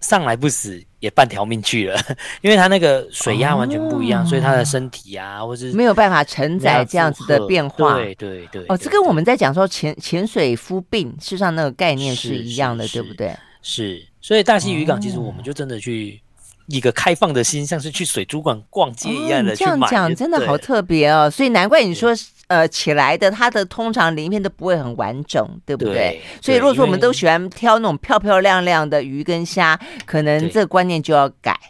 B: 上来不死，也半条命去了， *laughs* 因为它那个水压完全不一样，所以它的身体啊，或是
A: 哦没有办法承载这样子的变化。
B: 对对对。
A: 哦，
B: 对
A: 这跟我
B: 对
A: 们在讲说潜潜水夫病，事实上那个概念是一样的，
B: 是
A: 对不对？
B: 是，所以大溪渔港其
A: 哦
B: 实我们就真的去一个开放的心，像是去水族馆逛街一样
A: 哦
B: 的
A: 你
B: 去
A: 这
B: 买。
A: 样讲真的
B: 对
A: 好特别哦，所以难怪你说呃起来的它的通常鳞片都不会很完整，对不
B: 对
A: 对？所以如果说我们都
B: 选
A: 喜欢挑那种漂漂亮亮的鱼跟虾，可能
B: 对
A: 这个观念就要
B: *laughs*
A: 改。 *laughs*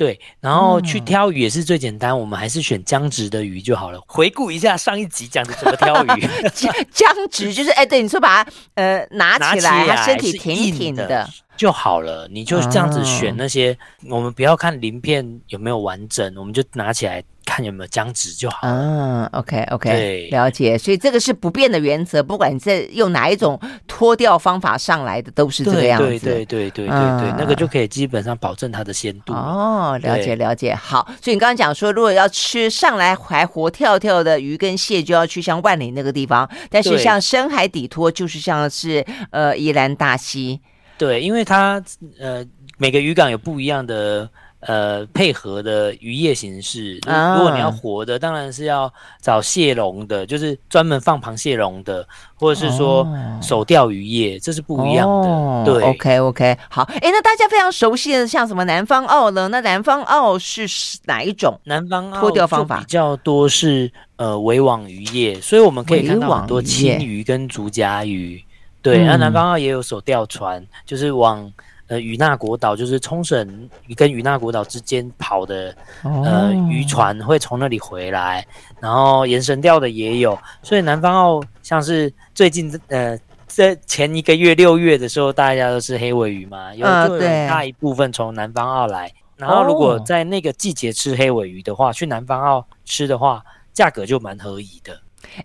B: 对，然后
A: 嗯
B: 去挑鱼也是最简单，我们还是选僵直的鱼就好了。回顾一下上一集讲的怎
A: *laughs*
B: 么挑鱼，
A: 僵僵直就是哎，对，你说把它呃拿
B: 拿
A: 起
B: 起
A: 来，
B: 来
A: 它身体
B: 是
A: 挺
B: 硬
A: 挺
B: 的
A: 的。
B: 就好了，你就这样子选
A: 哦
B: 那些，我们不要看鳞片有没有完整，我们就拿起来看有没有僵直就好。
A: 啊，OK OK，
B: 对
A: 了解。所以这个是不变的原则，不管你在用哪一种脱掉方法上来的，都是这个
B: 对
A: 样子。
B: 对对对对对对，
A: 嗯
B: 那个就可以基本上保证它的鲜度。
A: 哦，了解
B: 对
A: 了解，好，所以你刚刚讲说，如果要吃上来还活跳跳的鱼跟蟹，就要去像万里那个地方；但是
B: 对
A: 像深海底托，就是像是呃宜兰大溪。
B: 对，因为它呃每个渔港有不一样的呃配合的渔业形式。如
A: 啊
B: 如果你要活的，当然是要找蟹笼的，就是专门放螃蟹笼的，或者是说
A: 哦
B: 手钓渔业，这是不一样的。
A: 哦
B: 对
A: ，OK OK，好，哎，那大家非常熟悉的像什么南方澳呢？那南方澳是哪一种？
B: 南方澳
A: 脱掉方法
B: 就比较多是呃围网渔业，所以我们可以看
A: 围
B: 到
A: 网
B: 很多
A: 渔业
B: 青鱼跟竹夹鱼。对，那、
A: 嗯
B: 南方澳也有手钓船，就是往呃与那国岛，就是冲绳跟与那国岛之间跑的呃
A: 哦
B: 渔船会从那里回来，然后延绳钓的也有，所以南方澳像是最近呃这前一个月六月的时候，大家都是黑尾鱼嘛，有
A: 啊
B: 就有
A: 对
B: 很大一部分从南方澳来，然后如果在那个季节吃黑尾鱼的话，去南方澳吃的话，价格就蛮合宜的。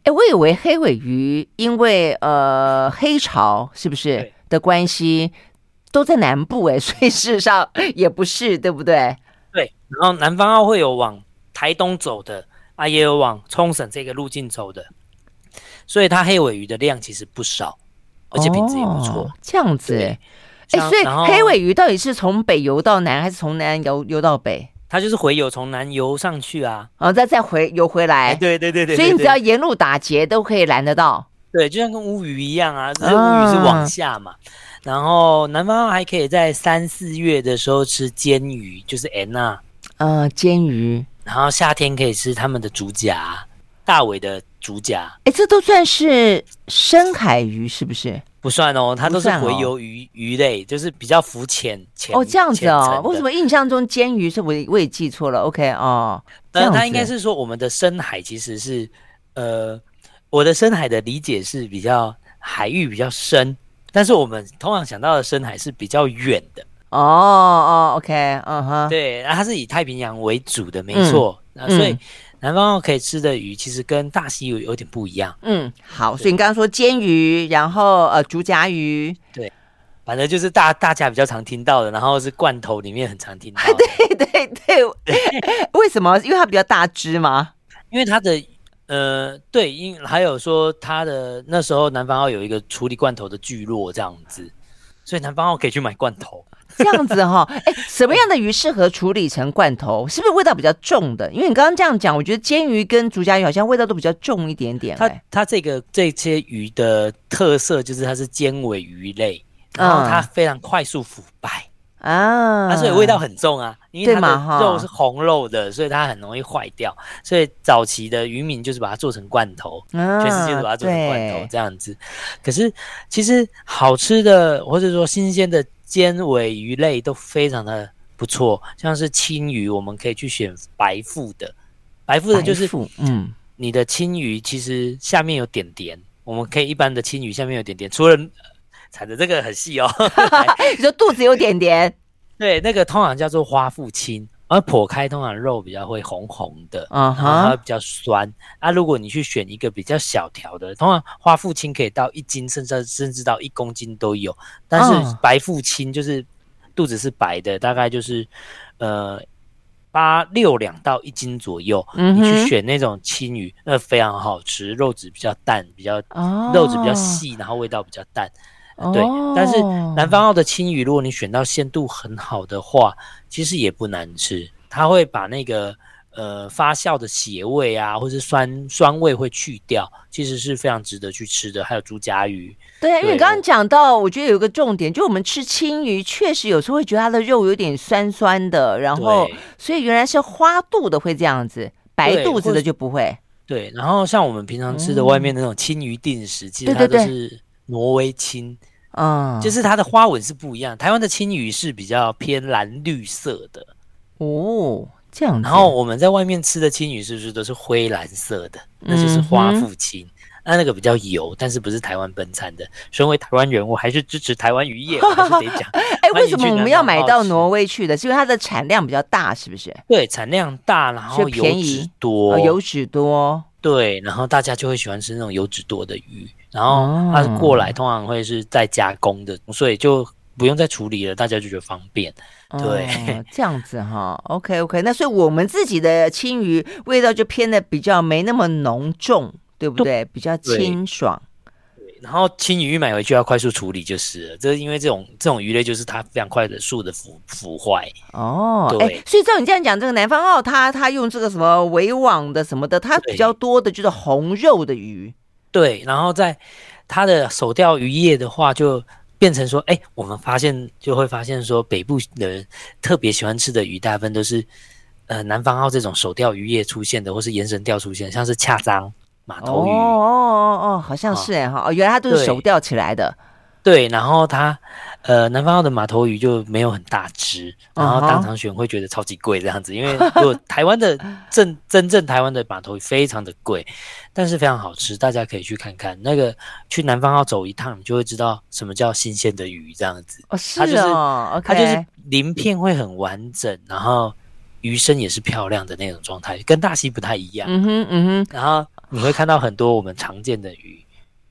A: 哎，我以为黑尾鱼因为呃黑潮是不是
B: 对
A: 的关系，都在南部哎，所以事实上也不是，对不对？
B: 对，然后南方澳会有往台东走的，啊，也有往冲绳这个路径走的，所以它黑尾鱼的量其实不少，而且品质也不错。
A: 哦这样子
B: 对
A: 哎，
B: 像
A: 所以
B: 然后
A: 黑尾鱼到底是从北游到南，还是从南游游到北？
B: 它就是回游从南游上去啊。
A: 然后再再回游回来，
B: 哎对对对对
A: 哎所以你只要沿路打劫都可以拦得到。
B: 对，就像跟乌鱼一样啊，只是乌鱼是往下嘛。然后南方还可以在三四月的时候吃煎鱼，就是 N 啊。
A: 呃，煎鱼，
B: 然后夏天可以吃他们的竹夹，大尾的竹夹
A: 哎，这都算是深海鱼是不是？
B: 不算哦，它都是
A: 不算哦
B: 洄游鱼、鱼类，就是比较浮潜潜
A: 哦，这样子哦
B: 浅层，的
A: 为什么印象中煎鱼是我我也记错了？OK 哦，这
B: 但
A: 样
B: 它应
A: 子
B: 该是说，我们的深海其实是，呃，我的深海的理解是比较海域比较深，但是我们通常想到的深海是比较远的，
A: 哦哦，OK，嗯哼，
B: 对，啊然后它是以太平洋为主的，没
A: 嗯
B: 错，啊、所以
A: 嗯
B: 南方澳可以吃的鱼其实跟大溪有有点不一样，
A: 嗯，好，所以你刚刚说煎鱼，然后呃竹夹鱼， *laughs*
B: 反正就是大大家比较常听到的，然后是罐头里面很常听到的
A: 啊对对对， *laughs* 为什么？因为它比较大只嘛。
B: 因为它的呃，对，因还有说它的那时候南方澳有一个处理罐头的聚落这样子，所以南方澳可以去买罐头。
A: 这样子哈、哎，什么样的鱼适合处理成罐头？是不是味道比较重的？因为你刚刚这样讲，我觉得煎鱼跟竹夹鱼好像味道都比较重一点点、
B: 它
A: 哎
B: 它这个这些鱼的特色就是它是尖尾鱼类，
A: 嗯
B: 然后它非常快速腐败，
A: 啊
B: 啊，所以味道很重啊，因为
A: 对
B: 它
A: 嘛哈
B: 的肉是红肉的，所以它很容易坏掉，所以早期的渔民就是把它做成罐头，
A: 啊
B: 全世界都把它做成罐头
A: 对
B: 这样子。可是其实好吃的或者说新鲜的尖尾鱼类都非常的不错，像是青鱼，我们可以去选白腹的，白腹的就是
A: 白腹嗯，
B: 你的青鱼其实下面有点点，我们可以一般的青鱼下面有点点，除了 *laughs* 产的这个很细哦， *laughs*
A: *laughs* 你说肚子有点点，
B: 对，那个通常叫做花腹青，而剖开通常肉比较会红红的，
A: 啊
B: 然后它会
A: 哈，
B: 比较酸。啊，如果你去选一个比较小条的，通常花腹青可以到一斤，甚至甚至到一公斤都有，但是
A: 嗯
B: 白腹青就是肚子是白的，大概就是呃八六两到一斤左右。
A: 嗯
B: 你去
A: 哼，
B: 选那种青鱼，那非常好吃，肉质比较淡，比较
A: 哦
B: 肉质比较，细，然后味道比较淡。对
A: 哦
B: 但是南方澳的青鱼，如果你选到鲜度很好的话，其实也不难吃。它会把那个呃发酵的血味啊，或是酸酸味会去掉，其实是非常值得去吃的。还有猪夹鱼，
A: 对啊，因为你
B: 对
A: 刚
B: 我
A: 刚讲到，我觉得有一个重点，就我们吃青鱼，确实有时候会觉得它的肉有点酸酸的，然后
B: 对
A: 所以原来是花肚的会这样子，白
B: 对
A: 肚子
B: 或
A: 的
B: 是
A: 就不会。
B: 对。然后像我们平常吃的
A: 嗯
B: 外面那种青鱼定食，其实
A: 对
B: 它
A: 对
B: 都
A: 对
B: 是挪威青，
A: 嗯，
B: 就是它的花纹是不一样。台湾的青鱼是比较偏蓝绿色的，
A: 哦这样子，
B: 然后我们在外面吃的青鱼是不是都是灰蓝色的？那
A: 嗯
B: 就是花腹青。那那个比较油，但是不是台湾本产的。身为台湾人，我还是支持台湾渔业，我还是得
A: *laughs*
B: 讲。
A: 哎，
B: 欢
A: 为
B: 迎
A: 什么
B: 去
A: 我
B: 南
A: 们要
B: 方
A: 买
B: 澳
A: 到
B: 吃
A: 挪威去的？是因为它的产量比较大，是不是？
B: 对，产量大，然后
A: 所以便
B: 油
A: 宜
B: 脂多，
A: 哦，油脂多，
B: 对，然后大家就会喜欢吃那种油脂多的鱼。然后
A: 哦
B: 它过来通常会是再加工的，所以就不用再处理了，大家就觉得方便。对
A: 哦， *laughs* 这样子哈，OK OK，那所以我们自己的青鱼味道就偏的比较没那么浓重，对不对？比较
B: 对
A: 清爽。
B: 然后青鱼买回去要快速处理就是了，这是因为这种这种鱼类就是它非常快的速的腐腐坏。
A: 哦，
B: 对
A: 哎、所以照你这样讲，这个南方澳它它用这个什么围网的什么的，它
B: 对
A: 比较多的就是红肉的鱼，
B: 对，然后在它的手钓渔业的话，就变成说，哎，我们发现就会发现说，北部的人特别喜欢吃的鱼，大部分都是呃南方澳这种手钓渔业出现的，或是延绳钓出现的，像是恰章、马
A: 哦
B: 头鱼，啊
A: 哦哦，好像是哎哈、哦，原来它都是
B: 对
A: 手钓起来的，
B: 对，然后它呃南方澳的马头鱼就没有很大只，然后
A: 嗯哼
B: 当场选会觉得超级贵这样子，因为如果台湾的正真正台湾的马头鱼非常的贵，但是非常好吃，大家可以去看看。那个去南方澳走一趟，你就会知道什么叫新鲜的鱼这样子，
A: 哦是
B: 它就是
A: 哦，OK，
B: 它就是鳞片会很完整，然后鱼身也是漂亮的那种状态，跟大溪不太一样。
A: 嗯哼嗯哼。
B: 然后你会看到很多我们常见的鱼，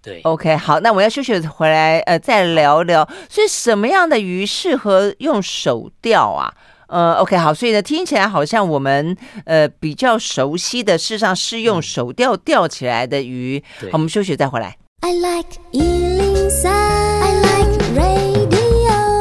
B: 对。
A: OK，好，那我要休息回来，呃，再聊聊，所以什么样的鱼适合用手钓啊？呃，OK，好，所以呢，听起来好像我们呃比较熟悉的，事实上是用手钓钓起来的鱼。
B: 对
A: 好，我们休息再回来。
C: I like Ealing Sound. I like radio.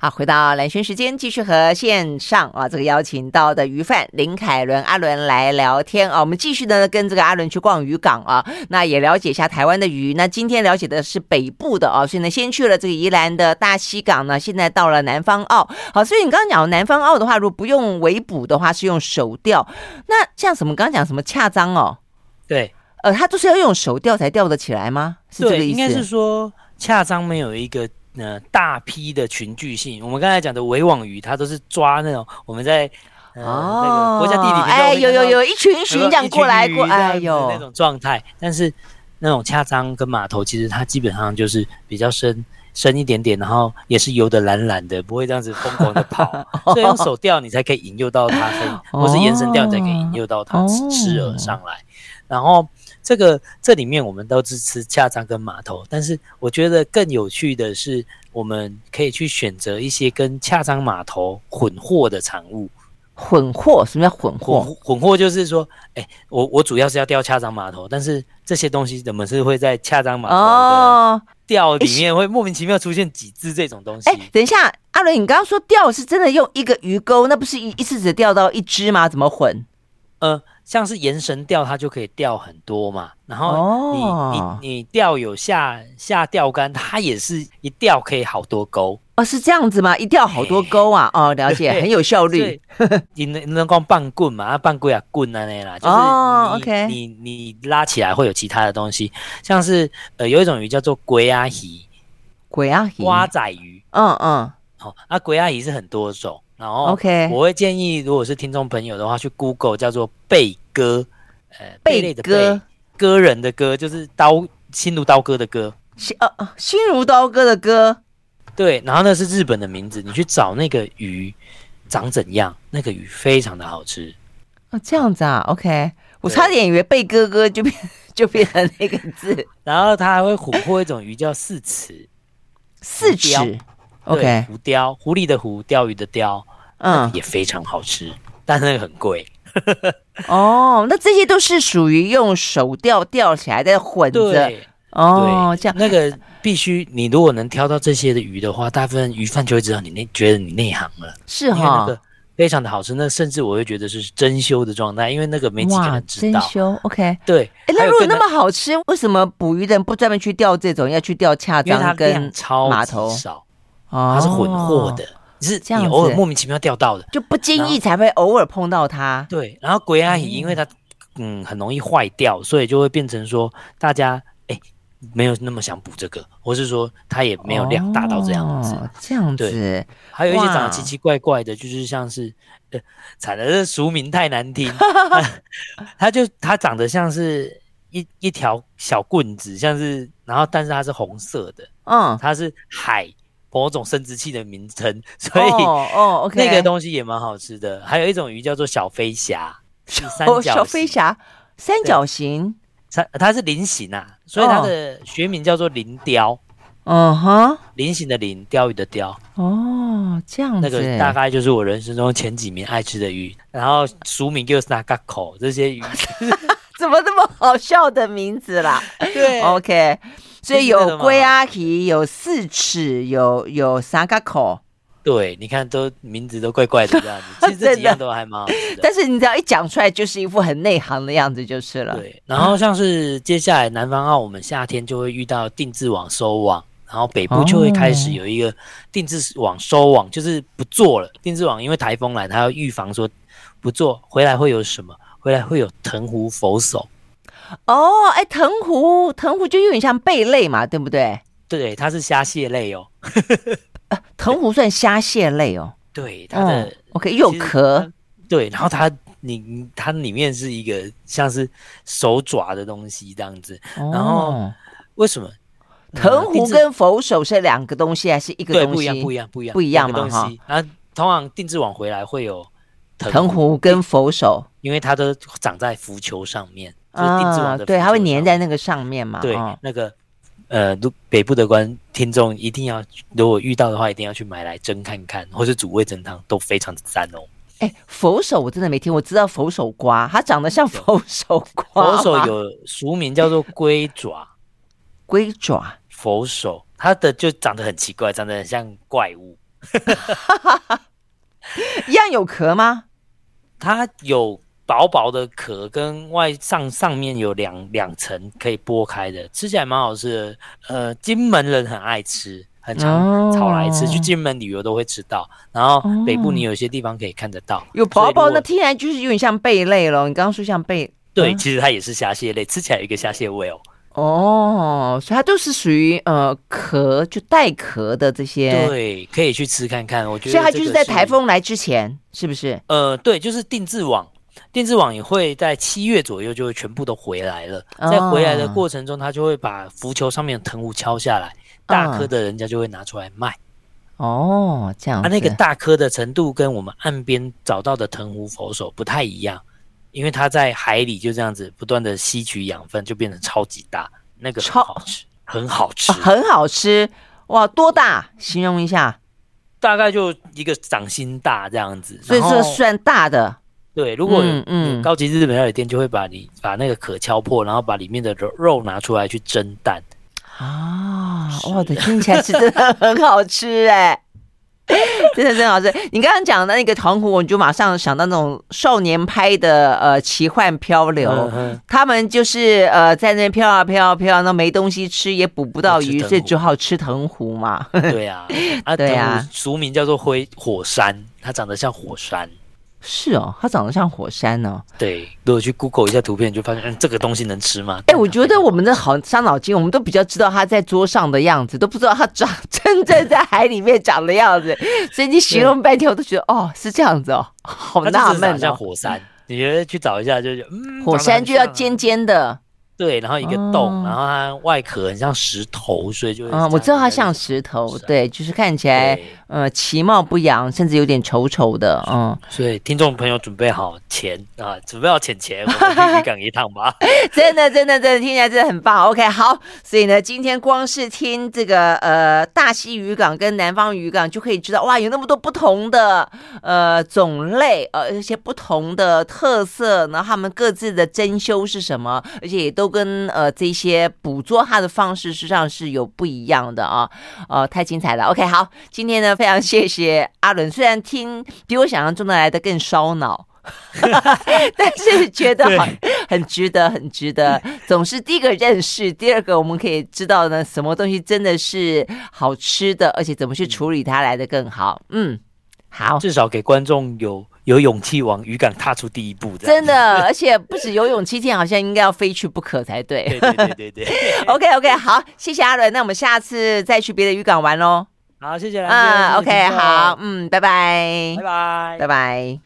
A: 好，回到蓝轩时间，继续和线上啊这个邀请到的鱼贩林凯伦阿伦来聊天啊。我们继续呢跟这个阿伦去逛渔港啊，那也了解一下台湾的鱼。那今天了解的是北部的啊，所以呢先去了这个宜兰的大溪港呢，现在到了南方澳。好，所以你刚刚讲南方澳的话，如果不用围捕的话，是用手钓。那像什么刚刚讲什么恰章哦，
B: 对
A: 呃，它就是要用手钓才钓得起来吗？是这个
B: 对，
A: 意
B: 应
A: 思？
B: 该是说恰章没有一个呃大批的群聚性。我们刚才讲的围网鱼，它都是抓那种我们在呃、那个国家地理频道
A: 哦
B: 会
A: 哎，
B: 看
A: 有有
B: 到
A: 有，一群一群这样过来
B: 一群鱼
A: 过，
B: 这样
A: 哎
B: 子
A: 呦
B: 那，种状态。但是那种恰章跟码头，其实它基本上就是比较深深一点点，然后也是游得懒懒的，不会这样子疯狂的 *laughs* 跑。哦所以用手钓你才可以引诱到它飞，或是延伸钓你才可以引诱到它吃
A: 哦
B: 吃饵上来。然后这个这里面我们都是吃恰章跟码头，但是我觉得更有趣的是，我们可以去选择一些跟恰章码头混货的产物。
A: 混货，什么叫混
B: 混
A: 货？
B: 混货就是说，哎、我我主要是要钓恰张码头，但是这些东西怎么是会在恰张码头的
A: 哦，
B: 钓里面会莫名其妙出现几只这种东西？
A: 哎、等一下，阿伦，你刚刚说钓是真的用一个鱼钩，那不是一一次只钓到一只吗？怎么混？
B: 呃，像是延绳钓，它就可以钓很多嘛。然后你、
A: 哦
B: 你你钓有下下钓竿，它也是一钓可以好多钩。
A: 哦，是这样子吗？一钓好多钩啊！哦，了解，
B: 对
A: 很有效
B: 所
A: 率
B: 以。你能你能光棒棍嘛，啊棒棍啊棍啊那啦，就是你、
A: 哦，OK
B: 你你拉起来会有其他的东西，像是呃有一种鱼叫做龟阿鱼、
A: 鬼啊！
B: 蛙仔鱼，
A: 嗯嗯，
B: 哦，啊龟阿鱼是很多种，然后
A: OK
B: 我会建议如果是听众朋友的话，去 Google 叫做贝哥，呃贝类的
A: 哥
B: 贝，哥人的哥就是刀心如刀割的割，
A: 心呃呃心如刀割的割，
B: 对，然后那是日本的名字，你去找那个鱼长怎样，那个鱼非常的好吃。
A: 哦，这样子啊，OK，我
B: 对
A: 差点以为被哥哥就变 *laughs* 就变成那个字
B: *laughs* 然后它还会琥获一种鱼叫四齿
A: 四尺
B: 雕对
A: ，OK，
B: 湖雕，狐狸的狐，钓鱼的雕，
A: 嗯，
B: 也非常好吃，但是那个很贵。
A: 哦，那这些都是属于用手钓钓起来的混着，
B: 对，
A: 哦，
B: 对
A: 这样，
B: 那个必须，你如果能挑到这些的鱼的话，大部分鱼贩就会知道你内觉得你内行了，
A: 是
B: 因为那
A: 哈，
B: 个非常的好吃，那甚至我会觉得是真修的状态，因为那个没几个
A: 哇，
B: 人知
A: 真
B: 道。
A: 修，OK，
B: 对，
A: 哎，
B: 还
A: 那
B: 有
A: 如果
B: 更
A: 那么好吃，为什么捕鱼人不专门去钓这种，要去钓恰
B: 因为它
A: 章
B: 量
A: 跟
B: 超
A: 码
B: 级
A: 头？
B: 少，
A: 哦
B: 它是混货的，，是
A: 这样
B: 你偶尔
A: 子
B: 莫名其妙钓到的。
A: 就不经
B: 然后
A: 意才会偶尔碰到它。
B: 对，然后鬼阿姨因为
A: 哦
B: 它嗯很容易坏掉，所以就会变成说大家哎、没有那么想补这个，或是说它也没有量大到这样子。
A: 哦，这样子
B: 对还有一些长
A: 哇
B: 得奇奇怪怪的，就是像是呃，惨了，这俗名太难听， *laughs* 它就它长得像是一一条小棍子，像是然后但是它是红色的，
A: 嗯，
B: 它是海某种生殖器的名称， *laughs* 所以。
A: 哦哦，OK，
B: 那个东西也蛮好吃的，还有一种鱼叫做小飞侠，是三角
A: 哦，小飞
B: 形
A: 侠三角形，
B: 它它是菱形啊，所以它
A: 哦
B: 的学名叫做菱雕，
A: 嗯哼，
B: 菱形的菱，鲷鱼的鲷。
A: 哦，这样
B: 那
A: 子，
B: 个大概就是我人生中前几名爱吃的鱼，然后俗名就是那嘎口这些
A: *laughs*
B: 鱼。
A: 怎么那么好笑的名字啦
B: 对
A: ？OK，所以
B: 就是那个
A: 有
B: 嘛
A: 龟阿奇，有四尺，有有沙嘎口，
B: *laughs* 对，你看都名字都怪怪的这样子，其
A: *laughs* 真
B: 实这
A: 的
B: 几样都还蛮好吃的。
A: 但是你只要一讲出来，就是一副很内行的样子就是了。
B: 对，然后像是接下来南方澳，我们夏天就会遇到定制网收网，然后北部就会开
A: 哦
B: 始有一个定制网收网，就是不做了。定制网因为台风来，它要预防说不做回来会有什么，回来会有藤壶佛手，
A: 哦，哎，藤壶，藤壶就有点像贝类嘛，对不对？
B: 对，它是虾蟹类哦，
A: 藤壶算虾蟹类哦。
B: 对，它的、
A: 嗯、OK 又有
B: 其实
A: 壳，
B: 对，然后它你你它里面是一个像是手爪的东西这样子，然后
A: 哦
B: 为什么？呃
A: 藤
B: 定
A: 壶
B: 制
A: 跟佛手是两个东西还是一个
B: 对
A: 东西？
B: 不一样，不一样，不一样，
A: 不一样嘛
B: 两个东西。然后通常定制网回来会有
A: 藤壶跟佛手
B: 因为它都长在浮球上面，就是定制网的浮球上面、
A: 啊对，它会粘在那个上面嘛。
B: 对、
A: 哦
B: 那个呃，如北部的观听众一定要，如果遇到的话，一定要去买来蒸看看，或是煮味噌汤都非常的赞哦。
A: 哎，佛手我真的没听，我知道佛手瓜，它长得像佛手瓜，
B: 佛手有俗名叫做龟爪
A: 龟爪，
B: 佛手，它的就长得很奇怪，长得很像怪物。
A: 一样有壳吗？
B: 它有薄薄的壳，跟外上上面有两两层可以剥开的，吃起来蛮好吃的。呃，金门人很爱吃，很常
A: 哦
B: 炒来吃，去金门旅游都会吃到。然后
A: 哦
B: 北部你有些地方可以看得到，
A: 有薄薄，
B: 所以如果
A: 那听起来就是有点像贝类咯。你刚刚说像贝，
B: 对，
A: 嗯
B: 其实它也是虾蟹类，吃起来有一个虾蟹味哦。
A: 哦，所以它都是属于呃壳，就带壳的这些。，
B: 对，可以去吃看看。我觉得
A: 所以它
B: 这
A: 就是
B: 个
A: 在台风来之前，是不是？
B: 呃，对，就是定制网，定制网也会在七月左右就会全部都回来了。
A: 哦
B: 在回来的过程中，它就会把浮球上面的藤壶敲下来，大
A: 嗯
B: 颗的人家就会拿出来卖。
A: 哦，这样
B: 它、
A: 子。
B: 那个大颗的程度跟我们岸边找到的藤壶佛手不太一样，因为它在海里就这样子不断的吸取养分，就变成超级大，那个很
A: 超 *laughs*
B: 好吃，很好吃
A: 啊，。很好吃哇！多大？形容一下，
B: 大概就一个掌心大这样子。
A: 所以
B: 然
A: 这
B: 后
A: 算大的
B: 对，如果有
A: 嗯嗯
B: 有高级日本料理店就会把你把那个壳敲破，然后把里面的肉肉拿出来去蒸
A: *laughs*
B: 蛋。
A: 啊！哇的，听起来是真的很好吃哎、 *laughs* 真的真好吃。你刚刚讲的那个糖葫芦，我就马上想到那种少年拍的呃奇幻漂流。
B: 嗯哼
A: 他们就是呃在那边飘啊飘啊飘，那没东西吃，也捕不到鱼，
B: 就吃藤壶
A: 所以只好吃藤壶嘛。
B: *laughs* 对啊，啊，
A: 对啊
B: 等于俗名叫做灰火山，它长得像火山。
A: 是哦，它长得像火山哦。
B: 对，如果去 Google 一下图片，你就发现，嗯，这个东西能吃吗？啊
A: 哎、我觉得我们这好伤脑筋，我们都比较知道它在桌上的样子，都不知道它长 *laughs* 真正在海里面长的样子。所以你形容半天，我都觉得哦是这样子哦，好
B: 它
A: 纳
B: 就是长
A: 闷
B: 得像
A: 哦。
B: 火山。你觉得去找一下，就是嗯，
A: 火山就要尖
B: 尖。
A: 尖的，
B: 对，然后一个
A: 哦
B: 洞，然后它外壳很像石头，所以就会
A: 嗯，我知道它
B: 这样
A: 像
B: 子
A: 石头，
B: 是啊
A: 对，就是看起来
B: 对，
A: 呃其貌不扬，甚至有点丑丑的，嗯。
B: 所以听众朋友准备好钱啊，准备好钱钱，我们
A: *laughs*
B: 去渔港一趟吧。
A: 真的，真的，真的，听起来真的很棒。OK，好，所以呢，今天光是听这个呃大溪渔港跟南方渔港，就可以知道哇，有那么多不同的呃种类，呃，而且不同的特色，然后他们各自的珍馐是什么，而且也都跟呃这些捕捉它的方式实际上是有不一样的啊。呃，太精彩了。OK，好，今天呢，非常谢谢阿伦，虽然听比我想象中的来的更烧脑。 *laughs* 但是觉得好很值得，很值得。总是第一个认识，第二个我们可以知道呢，什么东西真的是好吃的，而且怎么去处理它来的更好。嗯，好，
B: 至少给观众有有勇气往渔港踏出第一步，这样
A: 真。的，而且不止游泳七天，好像应该要非去不可才对
B: 对。对对对对，
A: *laughs* OK OK，好，谢谢阿伦，那我们下次再去别的渔港玩喽。哦
B: 好，谢谢蓝哥
A: 嗯
B: 谢谢
A: ，OK，
B: 听众
A: 好，嗯，拜拜
B: 拜，
A: 拜。
B: 拜
A: 拜。